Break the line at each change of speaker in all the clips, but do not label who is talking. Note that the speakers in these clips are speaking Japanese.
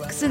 楠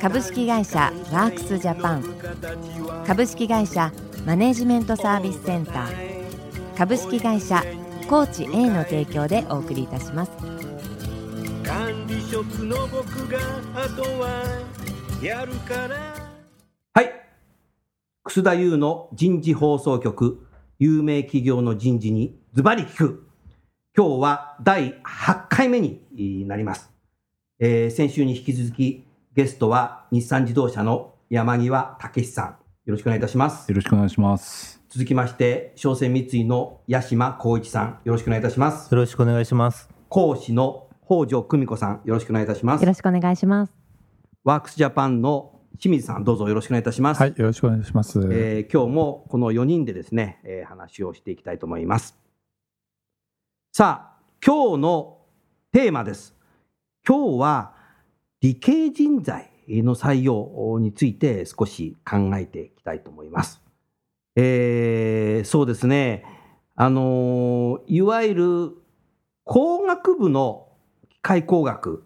株式会社ワークスジャパン株式会社マネジメントサービスセンター株式会社コーチ A の提供でお送りいたします
管理職の僕があとはやるから
はい。楠田優の人事放送局、有名企業の人事にズバリ聞く。今日は第8回目になります。えー先週に引き続き、ゲストは日産自動車の山際武史さん。よろしくお願いいたします。
よろしくお願いします。
続きまして、商船三井の八島光一さん。よろしくお願いいたします。
よろしくお願いします。
講師の北条久美子さん。よろしくお願いいたします
よ。ろしくお願いします
ワークスジャパンの清水さん、どうぞよろしくお願いいたします。
はい、よろしくお願いします。
えー今日もこの4人でですね、えー話をしていきたいと思います。さあ、今日のテーマです。今日は理系人材の採用について少し考えていきたいと思います。えーそうですね、あのーいわゆる工学部の機械工学、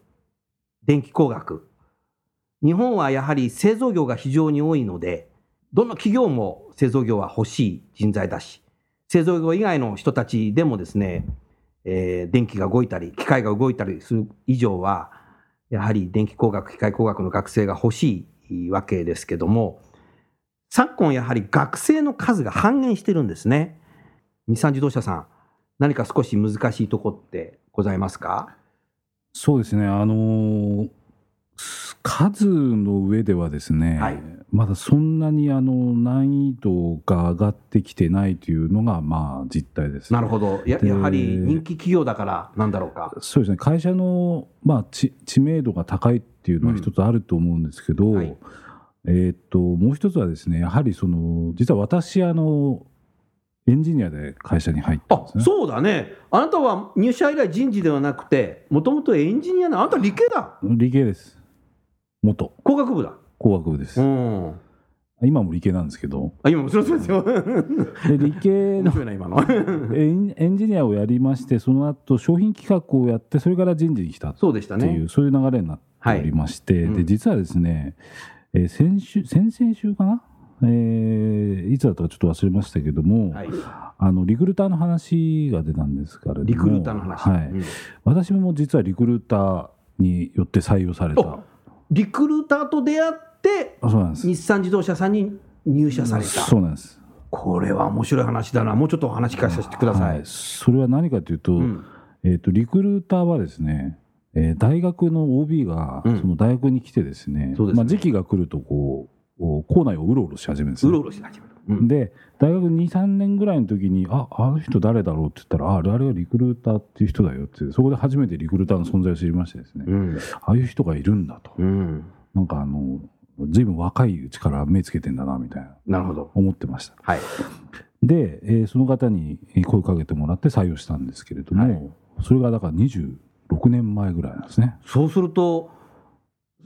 電気工学、日本はやはり製造業が非常に多いので、どの企業も製造業は欲しい人材だし、製造業以外の人たちでもですね、えー電気が動いたり、機械が動いたりする以上は、やはり電気工学、機械工学の学生が欲しいわけですけども、昨今やはり学生の数が半減してるんですね。日産自動車さん、何か少し難しいとこってございますか
そうですね、あのー数の上ではですね、
はい
まだそんなにあの難易度が上がってきてないというのがまあ実態です。
なるほどや。
で
やはり人気企業だからなんだろうか。
そうですね会社の、まあ、知知名度が高いっていうの
うん
は一つあると思うんですけど、
はい
えーっともう一つはですねやはりその実は私あのエンジニアで会社に入ったん
あ
ですね。
そうだね、あなたは入社以来人事ではなくて、もともとエンジニアな、あなた理系だ、
理系です元
工学部だ。
工学部です、
うん、
今も理系なんですけど
あ今、もちろんそうです よ。
で理系
面
の
白いな、今の。
エンエンジニアをやりましてその後商品企画をやってそれから人事に来たって
そうでした
いう
ね。
そういう流れになっておりまして、
はいうん
で実はですね、えー先週先々週かな、えーいつだったかちょっと忘れましたけども、
はい、
あのリクルーターの話が出たんですから
リクルーターの話、
はい
うん
私も実はリクルーターによって採用された
おリクルーターと出会って、
あそうなんです
日産自動車さんに入社された。
そうなんです
これは面白い話だな、もうちょっとお話聞かせてください。
はそれは何かというと、
うん
えー、とリクルーターはですね、えー大学の OB が
うん
その大学に来てですね,、
そうですね
まあ、時期が来るとこうお校内をうろうろし始めるんです
う
ね
ろうろし始めた。うん
で大学23年ぐらいの時に「ああの人誰だろう?」って言ったら「ああれあれはリクルーターっていう人だよ」ってそこで初めてリクルーターの存在を知りましてですね、
うん
ああいう人がいるんだと、
うん、
なんかあの随分若いうちから目つけてんだなみたい
な
な
るほど。
思ってました
はい、
で、えーその方にえー声かけてもらって採用したんですけれども、それがだから26年前ぐらいなんですね
そうすると、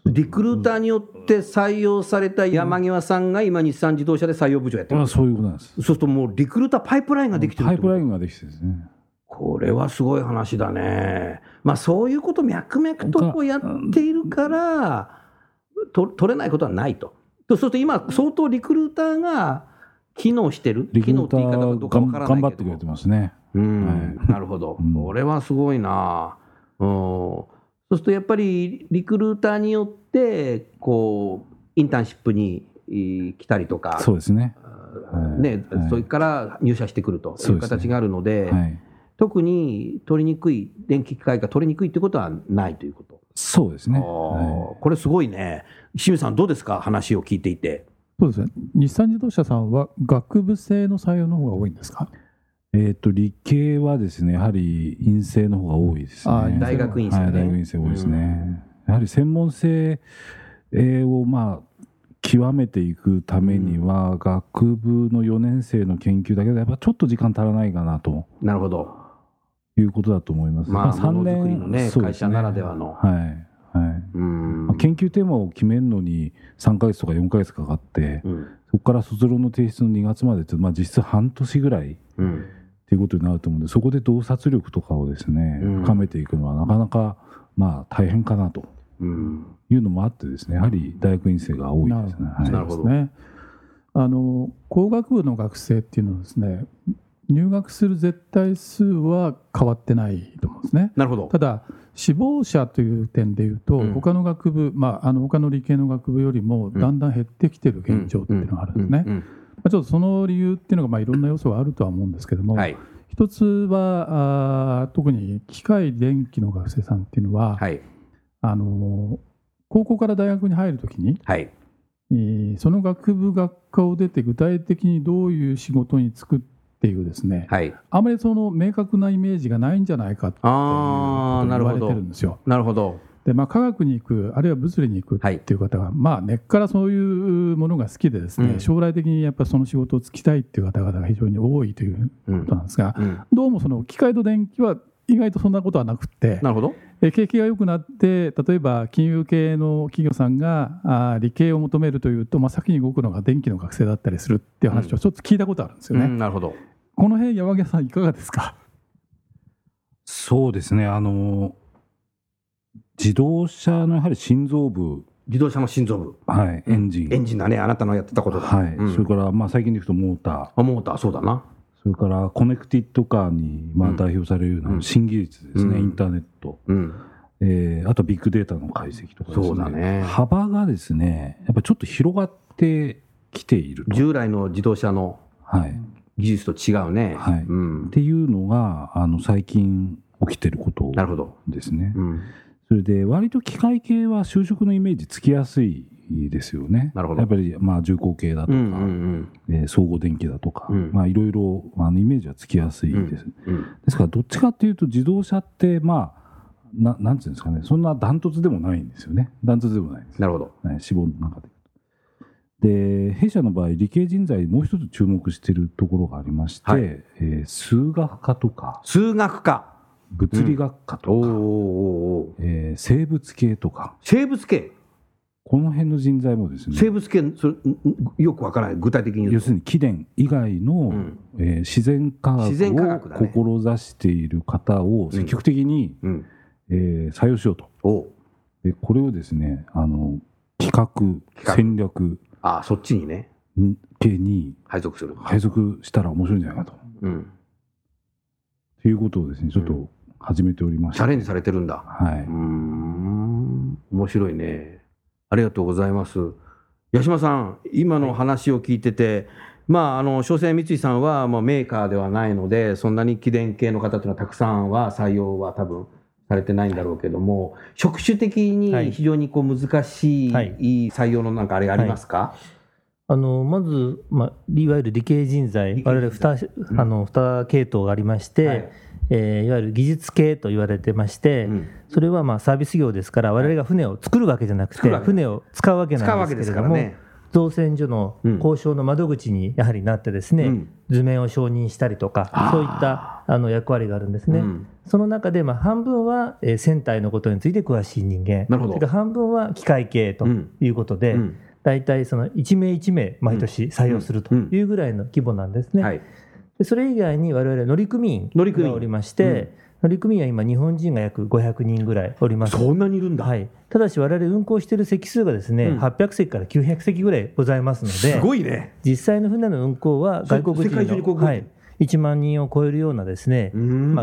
リクルーターによって採用された山際さんが今、日産自動車で採用部長やって
あ
る、
そういうことなんです
そうするともうリクルーターパイプラインができてるって
パイ
こと
プラインができてですね
これはすごい話だね、まあ、そういうこと、脈々とこうやっているから、と取れないことはないと、とそうすると今、相当リクルーターが機能してる、
リク
機
ル
能っ
ー
て
タ
言い方が
ー
ど
が
うかわ
頑
から
頑張
ないけ
って
ど
くれてますね
うん、なるほど、
うん
これはすごいな、うん、そうするとやっぱりリクルーターによってこうインターンシップにえー来たりとか、
そうですねはい
ね
はい
それから入社してくるとい
そう
う
ですね
形があるので、
はい
特に取りにくい電気機械が取りにくいってことはないということ、
そうですね、
あー
はい
これすごいね清水さんどうですか話を聞いていて
そうですね。日産自動車さんは学部生の採用の方が多いんですか。
えー、と理系はですねやはり院生の方が多いです
あ
ね
ー
大学院生ね
はい、大学院生多いですね、やはり専門性えーをまあ極めていくためには、学部の4年生の研究だけでやっぱちょっと時間足らないかなと
なるほど。
いうことだと思います。
まあ
3
ものづくりのね
そうです
会社ならではの
はいはい
うん
まあ。研究テーマを決めるのに3ヶ月とか4ヶ月かかって、
うん
そこから卒論の提出の2月までって、まあ、実質半年ぐらいっ
うん
ていうことになると思うんでそこで洞察力とかをですね、
うん
深めていくのはなかなかまあ大変かなと
うん
いうのもあってですねやはり大学院生が多いですね。はい
なるほど
そうですね。あの工学部の学生っていうのはですね、入学する絶対数は変わってないと思うんですね。
なるほど
た。だ志望者という点でいうと、
うん
他の学部、まあ、あの他の理系の学部よりもだんだん減ってきてる現状っていうのがあるんですね。
うんうん
まあ、ちょっとその理由っていうのがまあいろんな要素があるとは思うんですけども、
はい
一つはあー特に機械電気の学生さんっていうのは、
はい
あの高校から大学に入るときに、
はい。
えーその学部学科を出て具体的にどういう仕事に就くっていうですね、
はい。
あまりその明確なイメージがないんじゃないかっていう
あ
こ
あな
とが言
る
わ
ほ
れて
ど
る。んですよ。
なるほど。
でまあ、科学に行くあるいは物理に行く
はい
っていう方が、まあ、根っからそういうものが好きでですね、
うん
将来的にやっぱりその仕事をつきたいっていう方々が非常に多いという
う
こ
ん
となんですが、
うん
どうもその機械と電気は意外とそんなことはなくって
なるほど。
え景気が良くなって例えば金融系の企業さんがあー理系を求めるというと、まあ、先に動くのが電気の学生だったりするっていう話をちょっと聞いたことあるんですよね。
うんなるほど。
この辺山際さんいかがです か
そうですねあの自動車のやはり心臓部、
自動車の心臓部。
はい、エンジン
エンジンだね、あなたのやってたことだ。
はい
うん
それから、まあ、最近でいくとモーター
あ、モーター、そうだな。
それからコネクティッドカーにま
う
あ
ん
代表されるよう
うん
な新技術ですね、
うん
インターネット、
うん。
えーあとビッグデータの解析とかですね
そうだね
幅がですねやっぱちょっと広がってきていると、
従来の自動車の
はい、
技術と違うね。
はい
うん
っ。ていうのがあの最近起きてること
なるほど。
ですね
うん。
それで割と機械系は就職のイメージつきやすいですよね
なるほど
やっぱりまあ重工系
う
だとか、
んうん
えー総合電気だとか、
うん
まあいろいろあのイメージはつきやすいです、
うん。うん。
ですからどっちかっていうと自動車ってまあななんていうんですかねそんなダントツでもないんですよねダントツでもないんです、
なるほど。
はい、志望の中で。で弊社の場合理系人材もう一つ注目しているところがありまして、
はい
えー数学科とか
数学科。
物理学科と
おーお
か、
ーおーおー
えー生物系とか
生物系。
この辺の人材もです
生
ね
物系、それ、んんよくわからない。具体的に言
要
う
す
と。
るに貴電以外の、
うん
えー自然科
自然科学
学を
だね
志している方を積極的に、
うん。
えー採用しようと
おう
でこれをですねあの企
画
画戦略
ああ、そっちにね、
系に
配属する。
配属したら面白いんじゃないかと
うん。
ということをですねちょっ
う
と始めておりまし
チ
て、
ャレンジされてるんだ。
は
うー
い、
ん面白いね。ありがとうございます。八島さん、今の話を聞いてて、まあ、あの、商船三井さんは、まあ、メーカーではないので、そんなに貴電系の方というのはたくさんは採用は多分されてないんだろうけども、職種的
は
に
い
非常にこう難しい、
はい
いい採用のなんかあれありますか、
あのまず、まあ、いわゆる理系人材、
理系人材
我々2、
うん
あの2系統がありまして、
はい
いえーいわゆる技術系と言われてまして、
うん
それはまあサービス業ですから、我々が船を作るわけじゃなく
作
て、
るわけ
船を使うわけ
使う
な
わ
ん
け
で
ですすか
けれど
ら
も、
ね。
造船所の
うん
交渉の窓口にやはりなってですね、
うん
図面を承認したりとか
あー、
そういったあの役割があるんですね。
うん
その中で、まあ、半分は、えー船体のことについて詳しい人間、
なるほど
それから半分は機械系と
うん
いうことで、
うん
大体その1名1名毎年採用するというぐらいの規模なんですね。
はい。
でそれ以外に我々乗組員
乗組員
がおりまして、乗組員は今日本人が約500人ぐらいおります。
そんなにいるんだ。
はい、ただし我々運航している席数がですね、
うん
800席から900席ぐらいございますのです
ごいね。
実際の船の運航は外国人
世界中に航
の、
空
はい、1万人を超えるようなですね、ま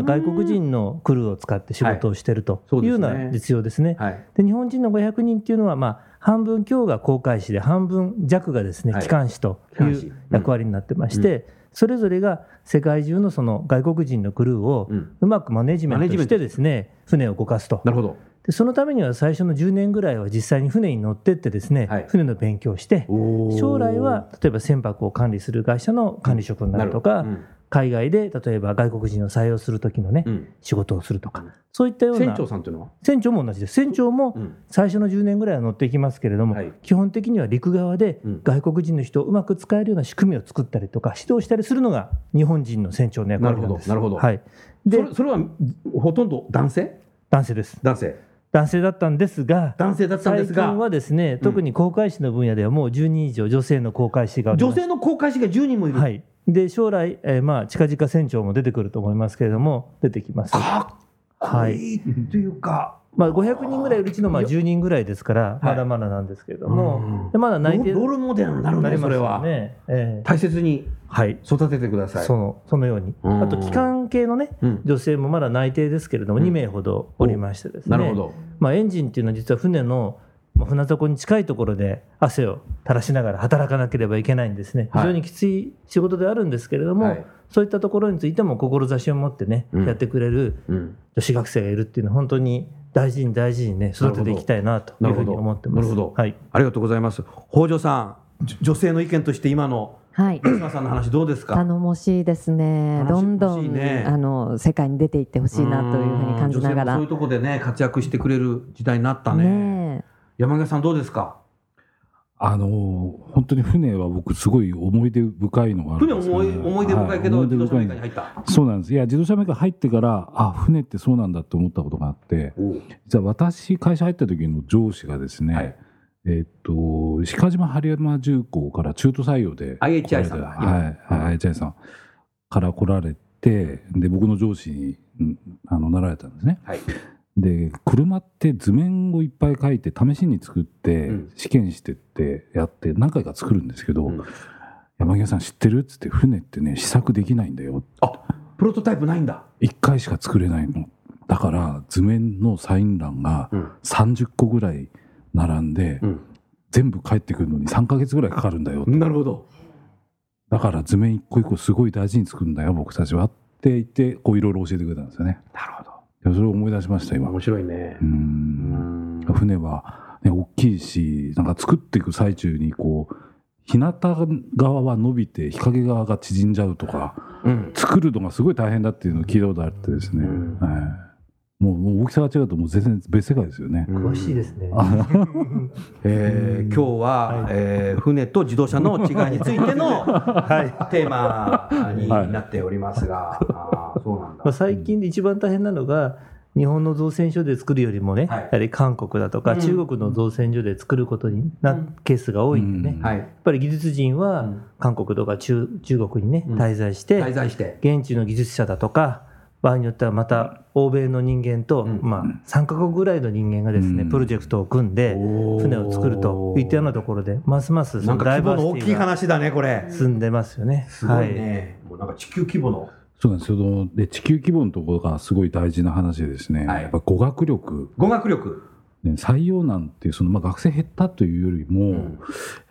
ま
あ、外国。人のクルーを使って仕事をしていると
そう
い
で
う
す
よう
ね
な実情ですね。
はい。
で日本人の500人っていうのは、まあ、半分強が航海士で半分弱がですね、
はい
機関士と
機
い
関士
う役割になってまして、それぞれが世界中のその外国人のクルーを
うん
うまくマネジメン
マネ
ト
ジメン
し
ト
てですね船を動かすと
なるほど。
でそのためには最初の10年ぐらいは実際に船に乗ってってですね、
はい
船の勉強をして
おー
将来は例えば船舶を管理する会社の管理職になるとか、
うん
海外で例えば外国人を採用する時のね、
うん
仕事をするとか
うん
そういったような
船長さんというのは、
船長も同じです船長も
うん
最初の10年ぐらいは乗っていきますけれども、
はい
基本的には陸側で
うん
外国人の人をうまく使えるような仕組みを作ったりとか指導したりするのが日本人の船長の役割なんです。
なるほどな
はい、で
それそれはほとんど男性
男性です
男性
男性だったんですが
男性だったんで
最
す
近
が
はですね、特に航海士の分野ではもう10人以上女性の航海士がおりま
女
して
性の航海士が10人もいる、
はい、で将来、えーまあ、近々船長も出てくると思いますけれども出てきます、
かっこ
はい
いいっていうか、
まあ、500人ぐらいいるうちのまあ10人ぐらいですから
い
まだまだなんですけれど
うんう
も、
ん
でまだ
ロ
内定
ロールモデルになる
な
ね
り
そ
ます
れ
よ
は、
ね、え
大切に
えはい
育ててください
そのそのように
うん
あと機関系のね
うん
女性もまだ内定ですけれども
うん
2名ほどおりましてですね、
なるほど、
まあ、エンジンっていうのは実は船のまあ船底に近いところで汗を垂らしながら働かなければいけないんですね、
はい
非常にきつい仕事であるんですけれども、
はい
そういったところについても志を持ってね、
うん
やってくれる
うん、
女子学生がいるっていうのは本当に大事に大事にね育てていきたいなというふうに思ってます。
なるほど
はい、
ありがとうございます北条さんじょ女性の意見として今の
はい
松島さんの話どうです か
頼もしいですね
頼
ど
もしい
んどん、
ね
あの世界に出ていってほしいなというふうに感じながら
うん女性もそういうところでね活躍してくれる時代になったね
ね
山際さんどうですか
あのー本当に船は僕すごい思い出深いのがある
船
んですけど
思い思い出深いけど、
は
自動車メーカー
い
に入った
そうなんですいや自動車メーカー入ってからあ船ってそうなんだって思ったことがあって
おう
実は私会社入った時の上司がですね、
はい
えっと鹿島針山重工から中途採用で
IHI さんだ
来られたはい、はい、IHI さんから来られてで僕の上司にうんあのなられたんですね
はい
で車って図面をいっぱい書いて試しに作って、
うん
試験してってやって何回か作るんですけど、
うん
山際さん知ってるっつって船ってね試作できないんだよ
プロトタイプないんだ、
1回しか作れないのだから図面のサイン欄が
うん
30個ぐらい並んで、全部返ってくるのに3ヶ月ぐらいかかるんだよ、
なるほど
だから図面一個一個すごい大事に作るんだよ僕たちはって言ってこういろいろ教えてくれたんですよね
なるほど
でそれを思い出しました今う
面白いねう
ー
んん
船は、ね、大きいしなんか作っていく最中にこう日向側は伸びて日陰側が縮んじゃうとか
うん
作るのがすごい大変だっていうのを聞いたことあってですね、
うん
はい、もうもう大きさが違うともう全然別世界ですよね、
詳しいですね。
えー、今日は、えー船と自動車の違いについて の、テーマになっておりますが、あーそうなんだ
まあ、最近で一番大変なのが日本の造船所で作るよりもね、
はい
やはり韓国だとか
うん
中国の造船所で作ることにな、
うん
ケースが多いんでね、
うん
やっ
はい
ぱり技術人
う
は
ん
韓国とか中中国にね
うん
滞在して、
滞在して
現地の技術者だとか場合によってはまた欧米の人間と、
うん
まあ、3カ国ぐらいの人間がですね、
うん
プロジェクトを組んで船を作るといったようなところでますますそ
な
の
んか
ダイ
規模
バー
の
シ
大
テ
きい
ィが
話だねこれ
進んでますよね。
すごいね、もうなんか地球規模の
そうなんですよそので地球規模のところがすごい大事な話でですね、
はい
やっぱ語学力、
語学力、
ね、採用なんていうその、まあ、学生減ったというよりも、
うん
や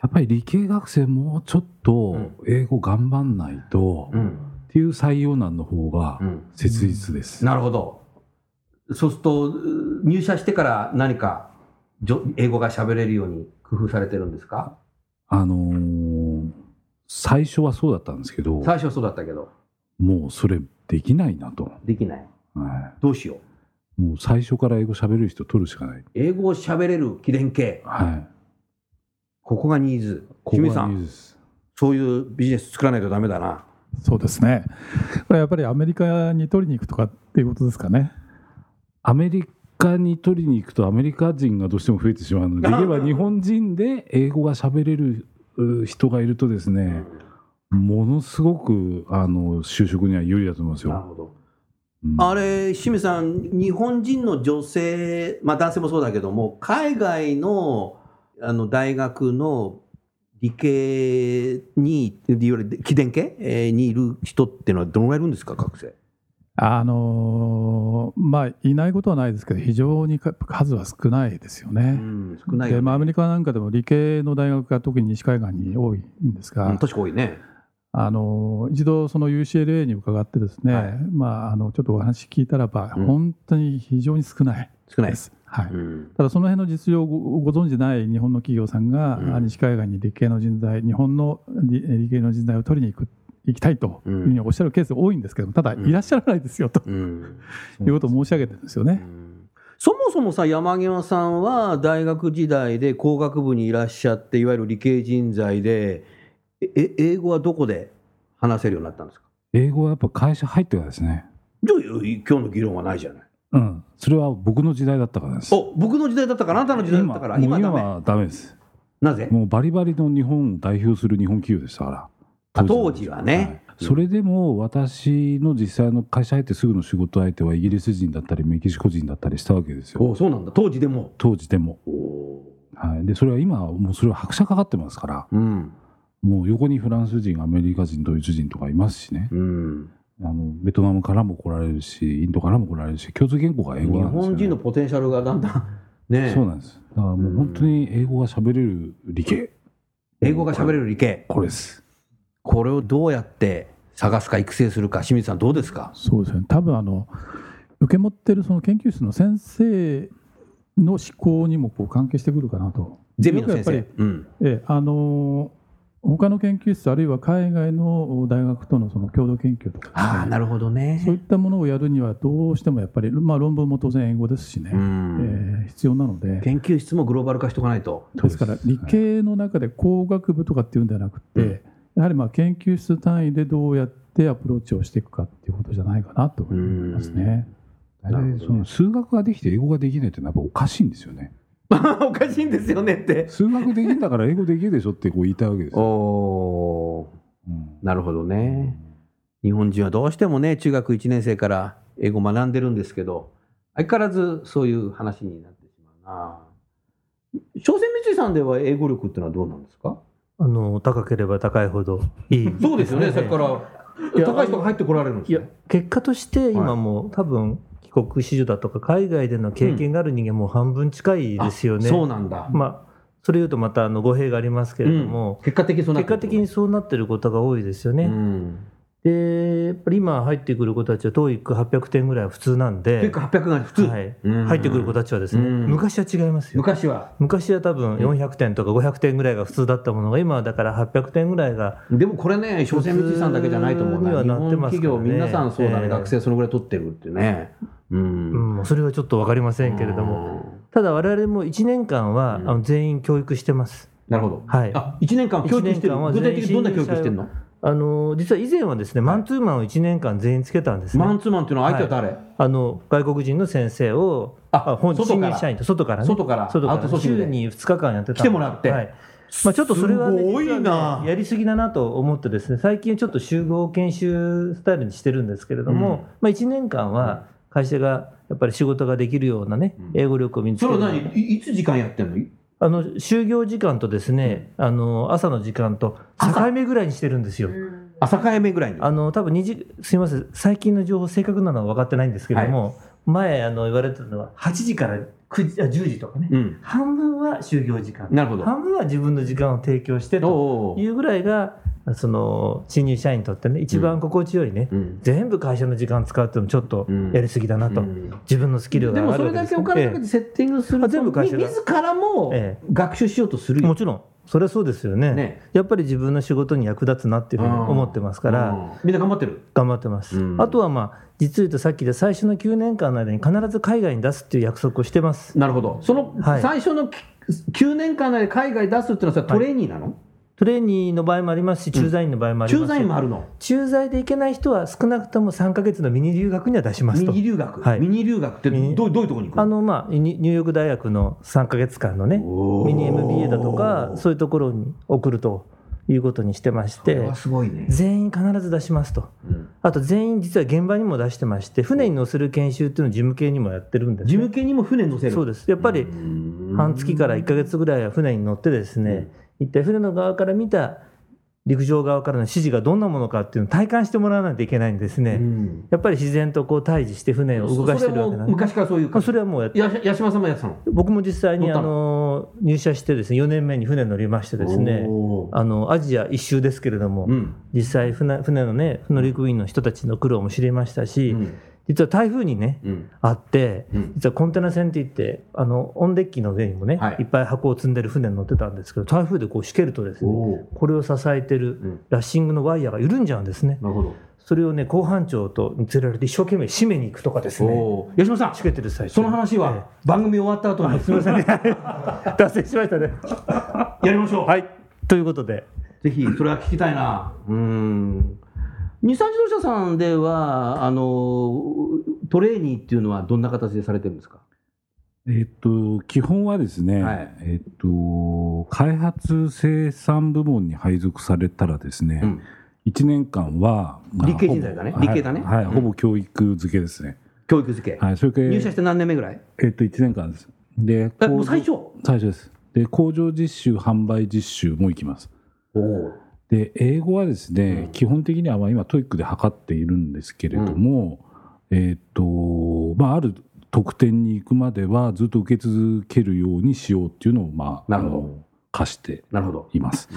っぱり理系学生もうちょっと英語頑張んないと、
う
っ
ん
ていう採用難の方が
うん
切実です、
なるほどそうするとう入社してから何かじょ英語が喋れるように工夫されてるんですか
あのー最初はそうだったんですけど
最初はそうだったけど
もうそれできないなと、
できない
は
どうしよう
い、もう最初から英語喋れる人取るしかない、
英語を喋れる貴殿系
はい、
ここがニーズ清水さ
ニュ
ん
ース
そういうビジネス作らないとダメだな
そうですねこれやっぱりアメリカに取りに行くとかっていうことですかね
アメリカに取りに行くとアメリカ人がどうしても増えてしまうのでできれば日本人で英語が喋れるう人がいるとですね、ものすごくあの就職には有利だと思います
なる
よ。
ほど
うん
あれ清水さん日本人の女性まあ男性もそうだけども海外のあの大学の理系にいわゆる貴殿系えーにいる人っていうのはどのぐらいいるんですか学生
あのーまあいないことはないですけど非常にか数は少ないですよね、
ん少ないよね
でまあ、アメリカなんかでも理系の大学が特に西海岸に多いんですが、
うん確か多いね
あの一度、その UCLA に伺って、ですね、
はい
まあ、あのちょっとお話聞いたらば、
うん
本当に非常に少ない
少ない
で
です、、
す。はいう
ん
ただ、その辺の実情をごご存じない日本の企業さんが、
うん
西海岸に理系の人材、日本の理理系の人材を取りに行く行きたいというふうにおっしゃるケースが多いんですけどもただ
うん
いらっしゃらないですよと
うん
いうことを申し上げてるんですよね。
そもそもさ山際さんは大学時代で工学部にいらっしゃっていわゆる理系人材でええ英語はどこで話せるようになったんですか
英語はやっぱ会社入ってからですね。
じゃあ今日の議論はないじゃない
うん。それは僕の時代だったからです。
お僕の時代だったからあなたの時代だったから今
もう
ダ
今
メ
はダメです。
なぜ
もうバリバリの日本を代表する日本企業でしたから
あ当時はね
いそれでも私の実際の会社入ってすぐの仕事相手はイギリス人だったりメキシコ人だったりしたわけですよ
おそうなんだ当時でも
当時でも、
お
はい、でそれは今はもうそれは拍車かかってますから
うん
もう横にフランス人アメリカ人ドイツ人とかいますしね
うん
あのベトナムからも来られるしインドからも来られるし共通言語が英
日
語なんですよ、
本
ね、
人のポテンシャルがだんだんね
そうなんですだからもう本当に英語が喋れる理系
英語が喋れる理系
これです
これをどうやって探すか育成するか清水さんどうですか
そうですよね多分あの受け持ってるその研究室の先生の思考にもこう関係してくるかなと。
ゼミの
よ
先
く
生
やっぱ
うん
り、ええあの他の研究室あるいは海外の大学とのその共同研究とか
ああなるほどね
そういったものをやるにはどうしてもやっぱり、まあ、論文も当然英語ですしね、
うん
えー必要なので、
研究室もグローバル化しておかないと
ですから理系の中で工学部とかっていうんではなくて、
うん
やはりまあ研究室単位でどうやってアプローチをしていくかっていうことじゃないかなと思いますね。
で
なるほどね
その数学ができて英語ができないってのはやっぱおかしいんですよね
おかしいんですよねって
数学できんだから英語できるでしょってこう言いたいわけです
お
よ、
お
うん
ーなるほどね日本人はどうしてもね中学1年生から英語学んでるんですけど相変わらずそういう話になってしまうな朝鮮三井さんでは英語力っていうのはどうなんですか
あの高ければ高いほどいい
そうですよねそれから
いや
高い人が入ってこられるんです
いや
よ、ね
結果として今もう多分帰国子女だとか海外での経験がある人間もう半分近いですよね。
そうなんだ、
まあそれ言うとまたあの語弊がありますけれども、
結果的にそうなっ
結
てる
果的にそうなってることが多いですよ
う
ね。
ん
でやっぱり今入ってくる子たちは TOEIC800 点ぐらいは普通なん
という
で、
か800が普通、
はい
うん
入ってくる子たちはですね、
うん
昔は違いますよ。
昔は
昔は多分400点とか500点ぐらいが普通だったものが今はだから800点ぐらいが
でもこれね所詮三井さんだけじゃないと思うな
普通
日
にはな
本
ってます
企業
からね
皆さんそうだね、
ええ
学生そのぐらい取ってるってねうん、
うん、それはちょっと分かりませんけれども、
も
ただ我々も1年間は、
うん
あの全員教育してます
なるほど、
はい
あ1年間教育して
一年
る
間は
具体的にどんな教
全員
育してるの
あの実は以前はですねマンツーマンを1年間全員つけたんですね、
マンツーマンっていうのは相手は誰、
あの外国人の先生を
あ
あ本
外
新
から
入社員と外からね
外から
外か
アウ
ら
トソーシングで
週に2日間やってたんで
来
す
てもらって
はいまあ、ちょっとそれは、ね
すごいな
実はねやりすぎだなと思ってですね最近ちょっと集合研修スタイルにしてるんですけれども、
うん
まあ、1年間は会社がやっぱり仕事ができるようなね、
うん
英語力を身につ
そ
け
れ
る
は何いいつ時間やってんの
あの就業時間とですね、あの朝の時間と
朝
境目ぐらいにしてるんですよ。
朝早めぐらいに
あの多分2時すみません最近の情報正確なのは分かってないんですけれども、前あの言われてたのは8時から9時あ10時とかね、
うん
半分は就業時間
なるほど
半分は自分の時間を提供してと
おうおう
いうぐらいがその新入社員にとってね一番心地よいね、
うん
全部会社の時間使うっていうのもちょっとやりすぎだなと、
うん
自分のスキル
で
が
も
あ
そ
る
れ
わけ
だ
です
けお金かけ
え
てセッティングすると
あ全部会社が
み自らも
え
学習しようとする
え
よ
もちろんそれはそうですよね
ね
やっぱり自分の仕事に役立つなっていうふうに
うん
思ってますから、
うんみんな頑張ってる
頑張ってます、
うん
あとはまあ実を言うとさっきで最初の9年間の間に必ず海外に出すっていう約束をしてます
なるほどその
はい
最初のき9年間内で海外出すっていうのはさトレーニーなの、
トレーニーの場合もありますし駐在員の場合もありますし、
駐在員もあるの
駐在で行けない人は少なくとも3か月のミニ留学には出しますと
ミニ留学、
はい
ミニ留学って
ミニ
どうどういうところに行く
あのまあニニューヨーク大学の3か月間のね
おー
ミニ MBA だとかそういうところに送るということにしてまし
これ
て
はすごいね、
全員必ず出しますと
うん
あと全員実は現場にも出してまして船に乗せる研修っていうのを事務系にもやってるんですね、
事務系にも船乗せる
そうですやっぱり半月から1ヶ月ぐらいは船に乗ってですね、一体船の側から見た陸上側からの指示がどんなものかっていうのを体感してもらわないといけないんですね、
うん
やっぱり自然とこう対峙して船を動かしてるわ
そ
けな
れ
ん
も
で
昔からそういう
まあ
感
それはもうやって
や八島さんもやってたの
僕も実際に
乗った
あの入社してですね4年目に船乗りましてですね
おー
あのアジア一周ですけれども、
うん
実際船船のね乗組員の人たちの苦労も知りましたし、
うん
実は台風にね、
うん
あって、
うん
実はコンテナ船って言って、あの、オンデッキの上にもね、
はい
い、っぱい箱を積んでる船に乗ってたんですけど、台風でこうしけるとですね、
おー
これを支えて
う
る
ん
ラッシングのワイヤーが緩んじゃうんですね。
なるほど。
それをね、後半長と連れられて一生懸命締めに行くとかですね。
おお。吉野さん
し、けてる最中。
その話
ええ
は番組終わった後に
すみま せんね。脱線しましたね。
やりましょう。
はい。ということで、
ぜひそれは聞きたいな。うん。日産自動車さんではあのトレーニーっていうのはどんな形でされてるんですか。
えっと、基本はですね、
はい
えっと、開発生産部門に配属されたらですね、
うん
1年間は、まあ
理系人材だね
ほぼ
理系だね
はい、はい
うん
ほぼ教育づけですね。
教育づけ。
はい、それ
入
系
社して何年目ぐらい？
えっと、1年間です。で、
え
工
もう
場
最初。
最初です。で、工場実習、販売実習も行きます。
おお。
で、英語はですね、
うん
基本的にはまあ今、トイックで測っているんですけれども、えっと、まあ、ある特典に行くまでは、ずっと受け続けるようにしようっていうのを、まあ、
な
あ
るほど
の課して
なるほど。
います。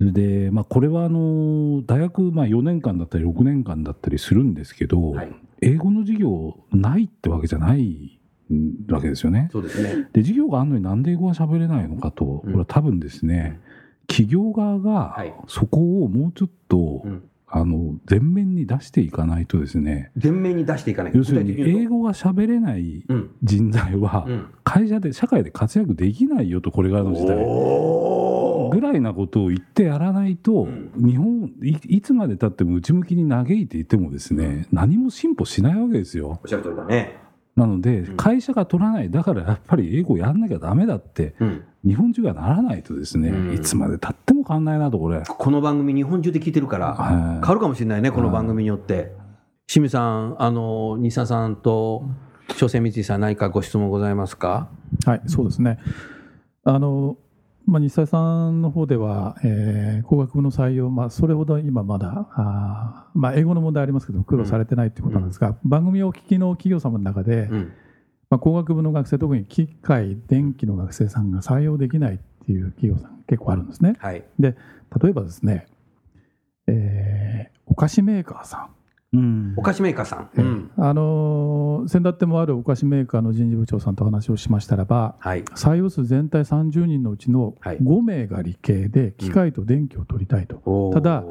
で、まあ、これはあの大学、まあ、4年間だったり6年間だったりするんですけど、
はい
英語の授業ないってわけじゃないんわけですよね。
そうですね。
で授業があるのになんで英語は喋れないのかとこ
うん
れは多分ですね、企業側
は
が
い
そこをもうちょっと、
うん
あの前面に出していかないとですね
全面に出していかない。
要するに
具体的言
英
う
語が喋れない
とうん。
人材は
うん。
会社で社会で活躍できないよとこれからの時代。
お
ぐらいなことを言ってやらないと、
うん
日本い、いつまでたっても内向きに嘆いていてもですね、何も進歩しないわけですよ。
おっしゃる通りだね。
なので、
ん
会社が取らない、だからやっぱり英語やんなきゃだめだって、
うん。
日本中がならないとですね、
うん
いつまでたっても変わんないなと、これ。
この番組日本中で聞いてるから
はい
変わるかもしれないねこの番組によって清水さんあの日産さんと小生三井さん何かご質問ございますか
はい、そうですね。あの、まあ、日産さんの方では、えー工学部の採用、まあ、それほど今まだ、あーまあ、英語の問題ありますけど、苦労されてないということなんですが、番組をお聞きの企業様の中で、
うん
まあ、工学部の学生、特に機械、電気の学生さんが採用できないっていう企業さん、結構あるんですね。
はい
例えばですね、えーお菓子メーカーさん。
うん
お菓子メーカーさん、うん
あのー先立ってもあるお菓子メーカーの人事部長さんと話をしましたらば、
はい
採用数全体30人のうちの
はい
5名が理系で機械と電気を取りたいと、
おー
ただ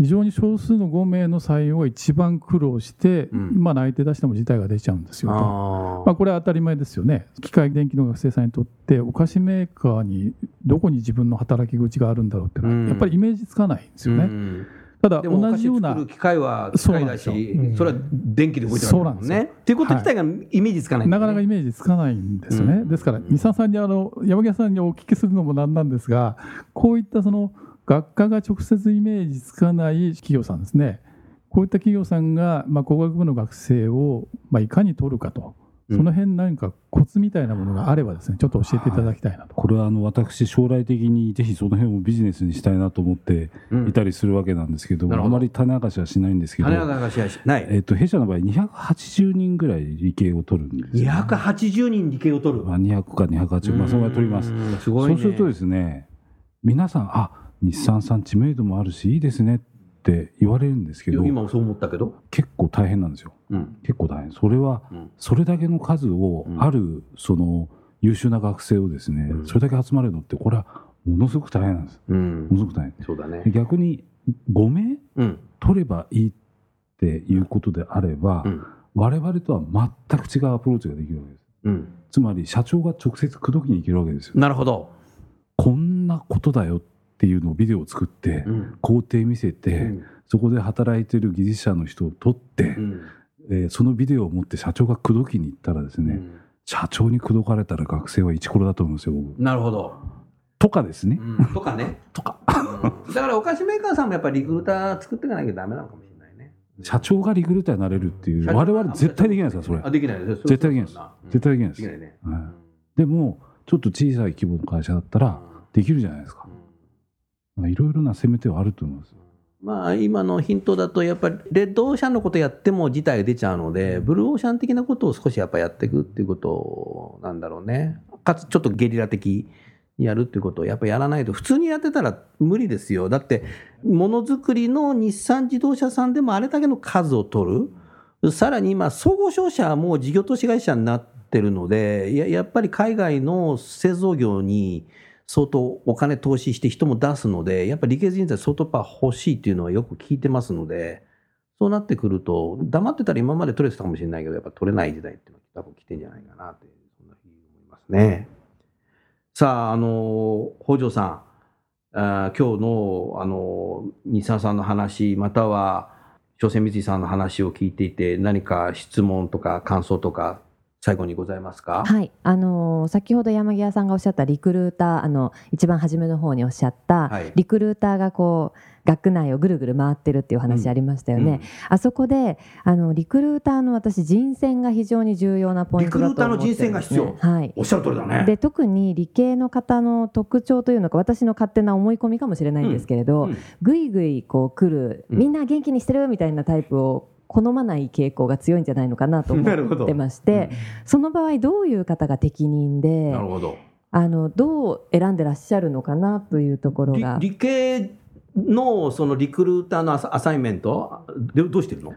非常に少数の5名の採用が一番苦労して、
うん
まあ、内定出しても事態が出ちゃうんですよと
あ
ま
ー
あ、これは当たり前ですよね機械電気の学生さんにとってお菓子メーカーにどこに自分の働き口があるんだろうっていうのは、
うん
やっぱりイメージつかないんですよね、
うん
ただ
でも
同
同
じ
じ
よ
よ
う
う
な
な機械は機
そうな
械
んで
だ
すよ
し
うん
それは電気で動いてるわけだもん
そうなん
ねっていうこと自体がイメージつかないんだ
な
よ
か
ね、
なかイメージつかないんですよね、
うん
ですから、日産さんにあの山際さんにお聞きするのもなんなんですが、こういったその学科が直接イメージつかない企業さんですね、こういった企業さんが、まあ、工学部の学生を、まあ、いかに取るかと、
うん
その辺何かコツみたいなものがあれば、ですねちょっと教えていただきたいなと。
これはあの私、将来的にぜひその辺をビジネスにしたいなと思って
うん
いたりするわけなんですけど、
なる
あ
ほど
まり種明かしはしないんですけど、
種明かしはしない、
えっと弊社の場合、280人ぐらい理系を取るんですよ、
280人理系を取る
まあ、200か280、まあ、そのぐらい取ります。
うんすごい、
そ
ね、
うするとですね、皆さん、あ日産さん、知名度もあるし、いいですねって言われるんですけ
いや
ど、
今もそう思ったけど、
結構大変なんですよ、
うん
結構大変、それは、
うん
それだけの数を
う、ん
あるその優秀な学生をですね、
うん
それだけ集まれるのって、これはものすごく大変なんです、
うん
ものすごく大変。
そうだね
で逆に5名
うん
取ればいいっていうことであれば、
うん
我々とは全く違うアプローチができるわけです。
うん
つまり社長が直接口説きに行けるわけですよ。
なるほど、
こんなことだよっていうのをビデオを作って、
うん
工程見せて、
うん
そこで働いてる技術者の人を撮って、えーそのビデオを持って社長が口説きに行ったらです
う
ね、
ん
社長に口説かれたら学生はイチコロだと思うんですよ、僕。
なるほど、
とかですね。
うんとかねとか、うんだからお菓子メーカーさんもやっぱりリクルーター作っていかなきゃダメなのかもしれないね
社長がリクルーターになれるっていう、
社長
我々絶対できないですから、そ
あ
れ。
できないです
絶対できないです絶対できない
で
で
きない
す。
ね、
はい
うん
でも、ちょっと小さい規模の会社だったら、できるじゃないですか。なんかいろいろな攻め手はあると思います。
まあ、今のヒントだと、やっぱりレッドオーシャンのことやっても事態が出ちゃうので、ブルーオーシャン的なことを少しやっぱやっていくっていうことなんだろうね、かつちょっとゲリラ的にやるっていうことをやっぱやらないと、普通にやってたら無理ですよ、だって、ものづくりの日産自動車さんでもあれだけの数を取る、さらに今、総合商社も事業投資会社になってるので、ややっぱり海外の製造業に相当お金投資して人も出すので、やっぱり理系人材相当やっぱ欲しいっていうのはよく聞いてますので、そうなってくると、黙ってたら今まで取れてたかもしれないけど、やっぱ取れない時代っていうのが多分来てんじゃないかなって、そんなふうに思いますね。さあ、あの、北条さん、あー今日の、あの、日産さんの話、または、朝鮮三井さんの話を聞いていて、何か質問とか感想とか、最後にございますか、
はい、あのー先ほど山際さんがおっしゃったリクルーター、あの一番初めの方におっしゃった、
はい
リクルーターがこう学内をぐるぐる回ってるっていう
うん
話ありましたよね。
うん
あそこであのリクルーターの私人選が非常に重要なポイントだと思ってるんです、ね、
リクルーターの人選が必要
はい。
おっしゃる通りだね。
で特に理系の方の特徴というのか私の勝手な思い込みかもしれないんですけれど、
うん
ぐいぐいこう来る、
うん
みんな元気にしてるみたいなタイプを好まない傾向が強いんじゃないのかなと思
なるほ
っ
ど
てまして、その場合どういう方が適任で
なるほど。
あのどう選んでらっしゃるのかなというところ
理
が。
理系のそのリクルーターのアサアサインメントでどうしてるの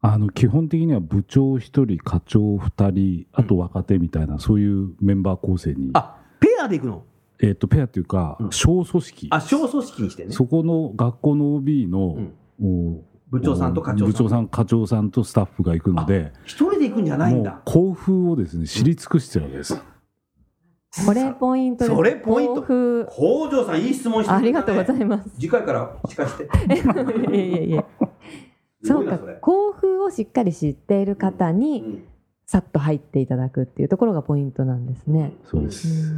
あの基本的には部長一人課長二人あと若手みたいな、そういうメンバー構成に、
あペアで行くの
えっとペアっていうか、
うん
小組織
あ小組織にしてね
そこの学校の OB の、お
部長さんと課長
部長
さ
さ
ん
ん課長さんとスタッフが行くので
一人で行くんじゃないん
もう
だ
校風をですね知り尽くしてるわけです、
これポイントです。
それポイント
抱負
工場さんいい質問してくれた
あ
ね
りがとうございます。
次回からしかして
いえいえいえ。
す
そ
ご
う
いな
か
それ、
校風をしっかり知っている方
う
に
ん
さっと入っていただくっていうところがポイントなんですね。
そうです、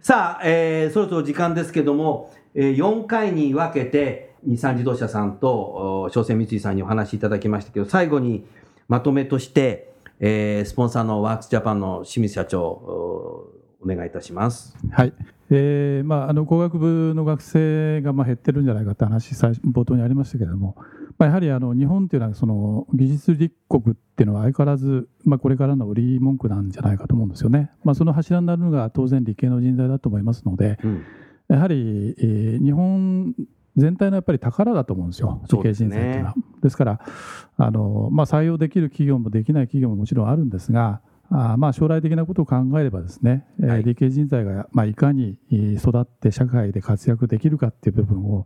さあ、えーそろそろ時間ですけども、え4回に分けて日産自動車さんとお商船三井さんにお話しいただきましたけど最後にまとめとして、えースポンサーのワークスジャパンの清水社長おお願いいたします。
はいえーまあ、あの工学部の学生がまあ減ってるんじゃないかって話、最初冒頭にありましたけれども、まあ、やはりあの日本というのはその技術立国っていうのは相変わらず、まあ、これからの売り文句なんじゃないかと思うんですよね、まあ、その柱になるのが当然、理系の人材だと思いますので、
うん
やはり、えー日本全体のやっぱり宝だと思うんですよ、
そ
理
うで
系
すね
人材というのは。ですからあの、まあ、採用できる企業もできない企業ももちろんあるんですが、あーまあ将来的なことを考えればですね、えー
はい
理系人材が、まあ、いかにえー育って社会で活躍できるかっていう部分を、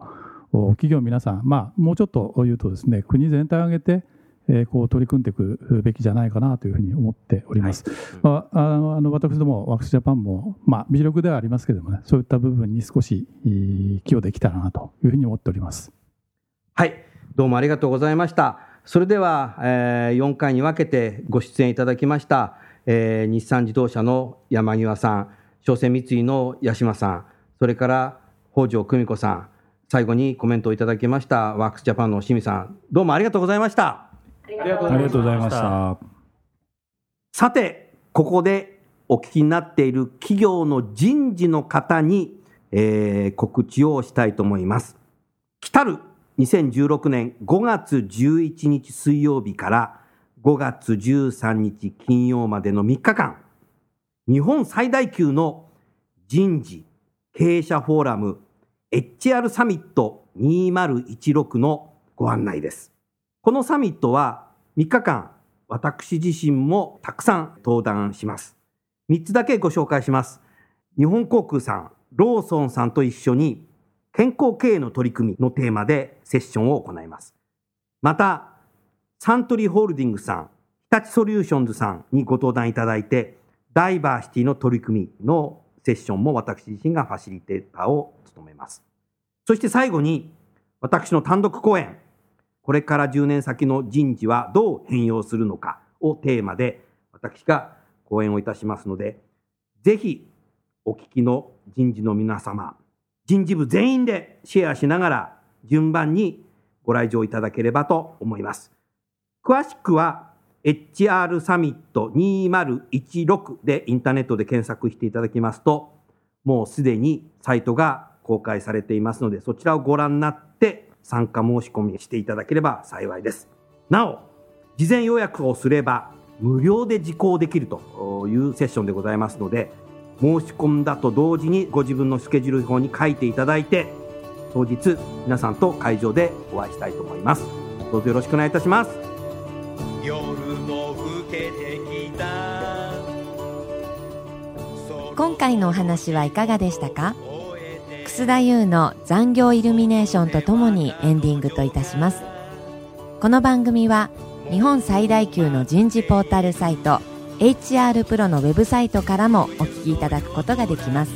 お企業皆さん、まあ、もうちょっと言うとですね、国全体を挙げて、えーこう取り組んでいくべきじゃないかなというふうに思っております。まあ、あのあの私ども、ワークスジャパンも、まあ、魅力ではありますけれどもね、そういった部分に少しえー寄与できたらなというふうに思っております。
はい、どうもありがとうございました。それでは、え4回に分けてご出演いただきました、えー日産自動車の山際さん、商船三井の八島さん、それから北条久美子さん、最後にコメントをいただきましたワークスジャパンの清水さん、どうもありがとうございました。
ありがとうございました
さて、ここでお聞きになっている企業の人事の方に、えー告知をしたいと思います。来る2016年5月11日水曜日から5月13日金曜までの3日間、日本最大級の人事経営者フォーラム HR サミット2016のご案内です。このサミットは3日間私自身もたくさん登壇します。3つだけご紹介します。日本航空さん、ローソンさんと一緒に健康経営の取り組みのテーマでセッションを行います。また、サントリーホールディングスさん、日立ソリューションズさんにご登壇いただいて、ダイバーシティの取り組みのセッションも私自身がファシリテーターを務めます。そして最後に、私の単独講演、これから10年先の人事はどう変容するのかをテーマで私が講演をいたしますので、ぜひお聞きの人事の皆様、人事部全員でシェアしながら順番にご来場いただければと思います。詳しくは HR サミット2016でインターネットで検索していただきますと、もうすでにサイトが公開されていますので、そちらをご覧になって参加申し込みしていただければ幸いです。なお、事前予約をすれば無料で受講できるというセッションでございますので、申し込んだと同時にご自分のスケジュール表に書いていただいて、当日皆さんと会場でお会いしたいと思います。どうぞよろしくお願いいたします。
夢夜も更けてきた
今回のお話はいかがでしたか
終えて
楠田優の残業イルミネーションとともにエンディングといたしますこの番組は日本最大級の人事ポータルサイト HR プロのウェブサイトからもお聞きいただくことができます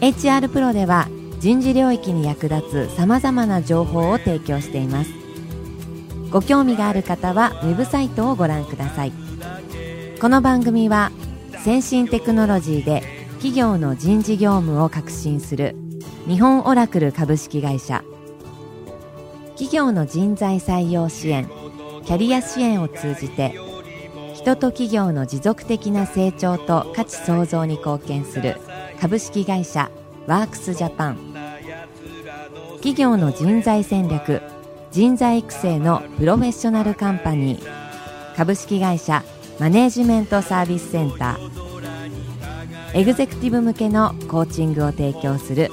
HR プロでは人事領域に役立つ様々な情報を提供していますご興味がある方はウェブサイトをご覧くださいこの番組は先進テクノロジーで企業の人事業務を革新する日本オラクル株式会社企業の人材採用支援キャリア支援を通じて人と企業の持続的な成長と価値創造に貢献する株式会社ワークスジャパン企業の人材戦略人材育成のプロフェッショナルカンパニー株式会社マネージメントサービスセンターエグゼクティブ向けのコーチングを提供する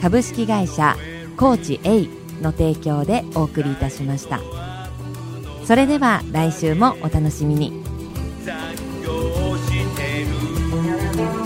株式会社コーチ A の提供でお送りいたしましたそれでは来週もお楽しみに
残業してる